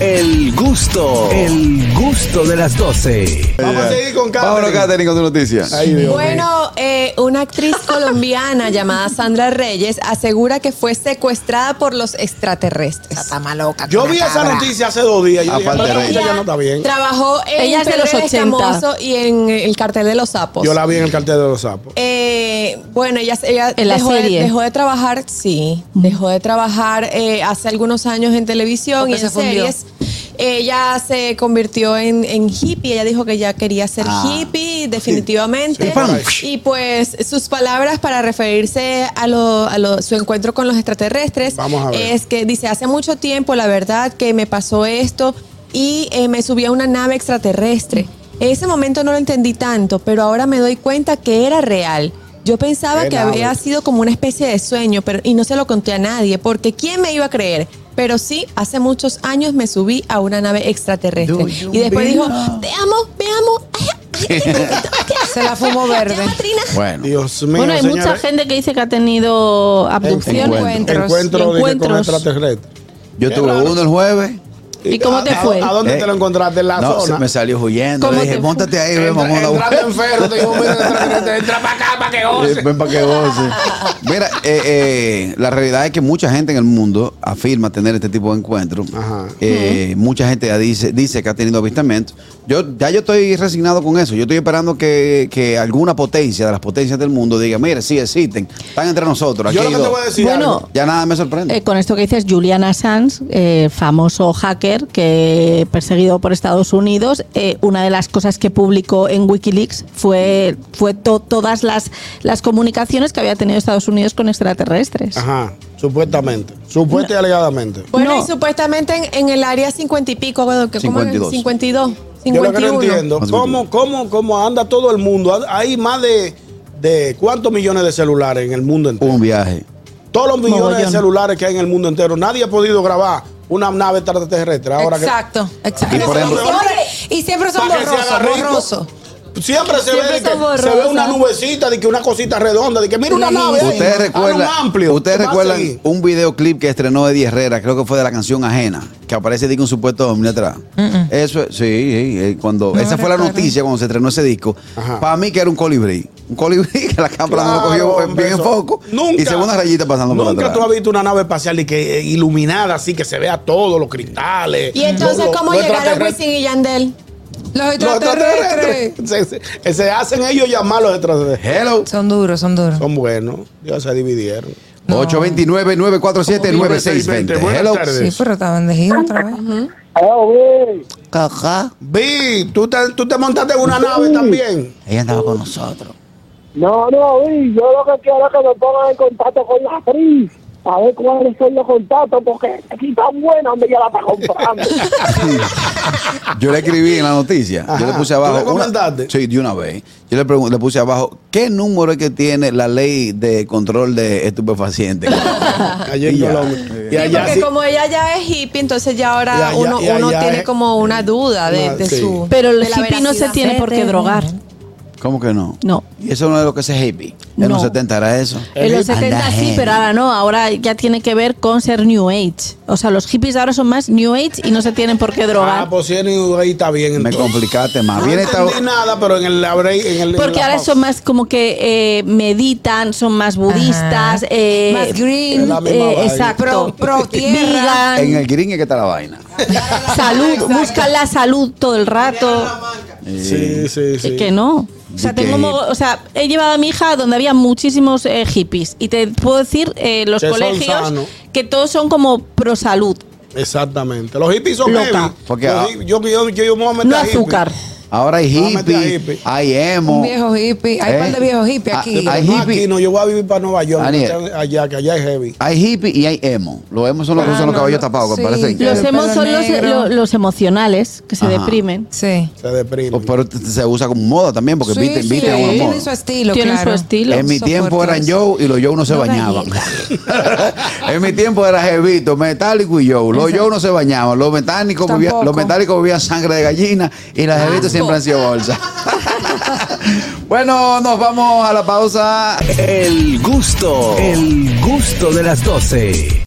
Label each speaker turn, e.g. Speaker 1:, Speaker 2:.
Speaker 1: El gusto, el gusto de las 12.
Speaker 2: Vamos a seguir con
Speaker 3: Vámonos,
Speaker 2: Catherine.
Speaker 3: Katherine, con tu noticia.
Speaker 2: Ay, Dios mío.
Speaker 4: Bueno, eh, una actriz colombiana llamada Sandra Reyes asegura que fue secuestrada por los extraterrestres.
Speaker 5: Está más loca. que
Speaker 2: Yo
Speaker 5: una
Speaker 2: vi esa
Speaker 5: cabra.
Speaker 2: noticia hace dos días. Yo
Speaker 3: Ah,
Speaker 2: dije,
Speaker 3: falta
Speaker 2: esta
Speaker 3: de
Speaker 2: noticia
Speaker 3: respeto.
Speaker 2: ya no está bien.
Speaker 4: Trabajó en
Speaker 6: Ella es de
Speaker 4: Pedro
Speaker 6: los
Speaker 4: el
Speaker 6: 80.
Speaker 4: Escamoso y en el cartel de los sapos.
Speaker 2: Yo la vi en el cartel de los sapos.
Speaker 4: Eh, bueno, ella, ella
Speaker 6: En la
Speaker 4: dejó, de-
Speaker 6: serie.
Speaker 4: dejó de trabajar, sí, dejó de trabajar eh, hace algunos años en televisión
Speaker 6: Porque
Speaker 4: y en
Speaker 6: se fundió.
Speaker 4: series. Ella se convirtió en, en hippie, ella dijo que ya quería ser hippie definitivamente.
Speaker 2: Ah, Sí, pam.
Speaker 4: y pues sus palabras para referirse a, lo- a lo- su encuentro con los extraterrestres
Speaker 2: Vamos a ver.
Speaker 4: es que dice, hace mucho tiempo la verdad que me pasó esto y eh, me subí a una nave extraterrestre. En ese momento no lo entendí tanto, pero ahora me doy cuenta que era real. Yo pensaba
Speaker 2: Qué
Speaker 4: que
Speaker 2: nave.
Speaker 4: había sido como una especie de sueño pero, y no se lo conté a nadie, porque ¿quién me iba a creer? Pero sí, hace muchos años me subí a una nave extraterrestre.
Speaker 3: Do you
Speaker 4: Y después dijo,
Speaker 3: belong?
Speaker 4: te amo, me amo. ay, ay, ay, ay,
Speaker 5: Se la fumó verde.
Speaker 4: ay, Trina".
Speaker 3: Bueno,
Speaker 2: Dios mío,
Speaker 6: Bueno, hay
Speaker 2: señores.
Speaker 6: mucha gente que dice que ha tenido abducción,
Speaker 3: Encuentro.
Speaker 6: encuentros.
Speaker 2: Encuentro,
Speaker 6: y
Speaker 2: dije, con
Speaker 6: encuentros.
Speaker 2: extraterrestre.
Speaker 3: yo
Speaker 2: Qué
Speaker 3: tuve
Speaker 2: raro.
Speaker 3: uno el jueves.
Speaker 6: ¿Y cómo te
Speaker 2: ¿A- a-
Speaker 6: fue?
Speaker 2: ¿A dónde
Speaker 3: Eh,
Speaker 2: te lo encontraste? En la
Speaker 3: no, se
Speaker 2: zona.
Speaker 3: me salió huyendo.
Speaker 6: ¿Cómo
Speaker 3: Le dije,
Speaker 6: te fue?
Speaker 3: montate ahí, ven, vamos a dar
Speaker 2: Entraste
Speaker 3: vuelta.
Speaker 2: enfermo, te dijo, "Mira, extraterrestre, entra para acá, para que
Speaker 3: Eh,
Speaker 2: goce.
Speaker 3: Ven para que goce. Mira, eh, eh, la realidad es que mucha gente en el mundo afirma tener este tipo de encuentros.
Speaker 2: Ajá.
Speaker 3: Eh, Mucha gente ya dice, dice que ha tenido avistamientos. Yo, ya yo estoy resignado con eso. Yo estoy esperando que, que alguna potencia de las potencias del mundo diga, mira, sí existen, están entre nosotros. Aquí
Speaker 2: Yo lo
Speaker 3: hay
Speaker 2: que te
Speaker 3: dos".
Speaker 2: voy a decir.
Speaker 6: Bueno,
Speaker 2: algo.
Speaker 3: Ya nada me sorprende.
Speaker 6: Eh, con esto que dices, Julian Assange, eh, famoso hacker que perseguido por Estados Unidos, eh, una de las cosas que publicó en Wikileaks fue, fue to- todas las, las comunicaciones que había tenido Estados Unidos con extraterrestres.
Speaker 2: Ajá, supuestamente. Supuesta y alegadamente.
Speaker 4: Bueno,
Speaker 6: No.
Speaker 4: y supuestamente en, en el área 50 y pico, bueno, que como en el
Speaker 3: 52.
Speaker 4: 52,
Speaker 2: Yo lo que no
Speaker 4: 51.
Speaker 2: entiendo,
Speaker 3: Más
Speaker 2: ¿cómo, cómo, cómo anda todo el mundo? Hay más de, de cuántos millones de celulares en el mundo entero.
Speaker 3: Un viaje.
Speaker 2: Todos los millones
Speaker 6: Mogollón.
Speaker 2: de celulares que hay en el mundo entero. Nadie ha podido grabar una nave extraterrestre. Ahora
Speaker 5: Exacto, exacto.
Speaker 3: Y por ejemplo-
Speaker 5: Y siempre- y siempre son
Speaker 2: Para que se
Speaker 5: borrosos,
Speaker 2: haga rico.
Speaker 5: borrosos.
Speaker 2: que siempre se
Speaker 6: Siempre
Speaker 2: ve, de
Speaker 6: está
Speaker 2: que se ve
Speaker 6: borrosa.
Speaker 2: una nubecita, de que una cosita redonda, de que mira una
Speaker 6: Sí.
Speaker 2: nave. ahí,
Speaker 3: Ustedes
Speaker 2: a lo
Speaker 3: recuerdan,
Speaker 2: amplio.
Speaker 3: ustedes
Speaker 2: Va a
Speaker 3: recuerdan
Speaker 2: seguir.
Speaker 3: un videoclip que estrenó Eddie Herrera, creo que fue de la canción Ajena, que aparece de un supuesto hombre atrás. Eso es- sí, sí, eh, cuando esa fue la noticia cuando se estrenó ese disco.
Speaker 2: Ajá.
Speaker 3: Para mí que era un colibrí, un colibrí que Ah, la cámara no
Speaker 2: Claro,
Speaker 3: lo cogió bien
Speaker 2: hombre,
Speaker 3: en
Speaker 2: eso.
Speaker 3: foco
Speaker 2: Nunca,
Speaker 3: y segunda rayita pasando por
Speaker 2: Nunca
Speaker 3: atrás.
Speaker 2: tú has visto una nave espacial y que, eh, iluminada así, que se vea todos los cristales.
Speaker 4: Y entonces,
Speaker 2: Lo- lo-
Speaker 4: ¿cómo
Speaker 2: lo
Speaker 4: llegaron
Speaker 2: extraterrestre-
Speaker 4: Wisin y Yandel?
Speaker 5: Los
Speaker 2: Los
Speaker 5: extraterrestres
Speaker 2: extraterrestres. Se, se- se hacen ellos llamar los extraterrestres.
Speaker 3: Hello.
Speaker 5: son duros, son duros.
Speaker 2: Son buenos. Dios, se dividieron.
Speaker 3: 829-947-9620.
Speaker 2: Buenas
Speaker 3: Hello.
Speaker 2: tardes.
Speaker 5: Sí, pero estaban de gira otra vez.
Speaker 2: Vi, tú te, tú te montaste en una nave también.
Speaker 3: Ella andaba con nosotros.
Speaker 7: No, no, y yo lo que quiero es que me pongan en contacto con la actriz. A ver cuáles son los contactos, porque aquí tan buena donde ya la está comprando.
Speaker 3: Yo le escribí en la noticia.
Speaker 2: Ajá.
Speaker 3: Yo le puse
Speaker 2: ¿Tú
Speaker 3: abajo.
Speaker 2: le comentaste?
Speaker 3: una- sí, de una vez. Yo le, pregun- le puse abajo, ¿qué número es que tiene la ley de control de estupefacientes?
Speaker 2: Ayer en
Speaker 3: Y ya.
Speaker 2: Colombia.
Speaker 4: Sí, porque como ella ya es hippie, entonces ya ahora
Speaker 2: Y allá-
Speaker 4: uno,
Speaker 2: y allá
Speaker 4: uno
Speaker 2: es-
Speaker 4: tiene como una duda de,
Speaker 2: Una-
Speaker 4: de
Speaker 2: sí.
Speaker 4: su.
Speaker 6: Pero el
Speaker 4: de la
Speaker 6: hippie no se
Speaker 4: veracidad.
Speaker 6: tiene por qué drogar.
Speaker 3: ¿Cómo que no?
Speaker 6: No.
Speaker 3: Y eso no es lo que se hippie. En
Speaker 6: No.
Speaker 3: los 70 era eso.
Speaker 6: En los
Speaker 3: Anda
Speaker 6: 70
Speaker 2: eh.
Speaker 6: sí,
Speaker 3: gente.
Speaker 6: pero ahora no, ahora ya tiene que ver con ser New Age. O sea, los hippies ahora son más New Age y no se tienen por qué drogar.
Speaker 2: Ah, pues sí, ni- ahí está bien.
Speaker 3: Me
Speaker 2: entonces.
Speaker 3: complicaste más.
Speaker 2: No
Speaker 3: Viene esta-
Speaker 2: entendí nada, pero en el abre- en el en
Speaker 6: Porque
Speaker 2: la
Speaker 6: ahora
Speaker 2: pausa.
Speaker 6: son más como que eh, meditan, son más budistas,
Speaker 5: Ajá.
Speaker 6: eh,
Speaker 5: Más green.
Speaker 2: Es la misma vaina.
Speaker 6: exacto,
Speaker 5: Pro- pro tierra.
Speaker 3: en
Speaker 6: vegan,
Speaker 3: el green es que está la vaina.
Speaker 6: salud, buscan la salud todo el rato.
Speaker 2: Sí, sí, sí.
Speaker 6: Es que no. O sea,
Speaker 3: ¿De qué?
Speaker 6: tengo mo- o sea, he llevado a mi hija donde había muchísimos eh, hippies y te puedo decir eh, los
Speaker 2: Que son
Speaker 6: colegios
Speaker 2: sanos.
Speaker 6: que todos son como pro salud,
Speaker 2: Exactamente. Los hippies son
Speaker 6: Loca.
Speaker 2: heavy.
Speaker 3: Porque
Speaker 2: Los
Speaker 3: ah,
Speaker 2: hi-
Speaker 3: a-
Speaker 2: yo, yo, yo, yo me voy a meter
Speaker 6: no
Speaker 2: a hippie.
Speaker 6: azúcar.
Speaker 3: Ahora hay
Speaker 2: Vamos a meter a hippie.
Speaker 3: hippie, hay emo.
Speaker 5: Un viejo hippie. Hay
Speaker 3: Eh.
Speaker 5: un par de viejos hippies
Speaker 3: Ah,
Speaker 5: aquí.
Speaker 3: hay
Speaker 2: No,
Speaker 3: hippie.
Speaker 2: aquí no, yo voy a vivir para Nueva York.
Speaker 3: Daniel.
Speaker 2: me meten allá, que allá es heavy.
Speaker 3: Hay hippie y hay emo. Los emos son los que
Speaker 5: Ah,
Speaker 3: usan los
Speaker 5: no,
Speaker 3: caballos
Speaker 5: no.
Speaker 3: tapados, que
Speaker 5: Sí,
Speaker 3: parecen.
Speaker 5: yo-
Speaker 6: Los
Speaker 5: El
Speaker 6: hemos
Speaker 5: pelo
Speaker 6: son los,
Speaker 5: negro.
Speaker 6: lo- los emocionales que se
Speaker 3: Ajá.
Speaker 6: deprimen.
Speaker 5: Sí.
Speaker 2: Se deprime.
Speaker 3: O- Oh, Pero t- se usa como moda también, porque
Speaker 5: Sí,
Speaker 3: viste,
Speaker 5: sí,
Speaker 3: viste a una
Speaker 5: Tienen
Speaker 3: moda.
Speaker 5: su estilo,
Speaker 6: Tienen
Speaker 5: claro.
Speaker 6: su estilo.
Speaker 3: En mi
Speaker 5: Soporto
Speaker 3: tiempo eran
Speaker 5: eso.
Speaker 3: Joe y los Joe no se
Speaker 5: No
Speaker 3: bañaban. en mi tiempo era Jevito, metálico y Joe. Los Joe no se bañaban. Los metálicos, bebían,
Speaker 5: Tampoco.
Speaker 3: los metálicos bebían sangre de gallina y las Jevitos siempre han sido bolsas. bueno, nos vamos a la pausa.
Speaker 1: El gusto, el gusto de las 12.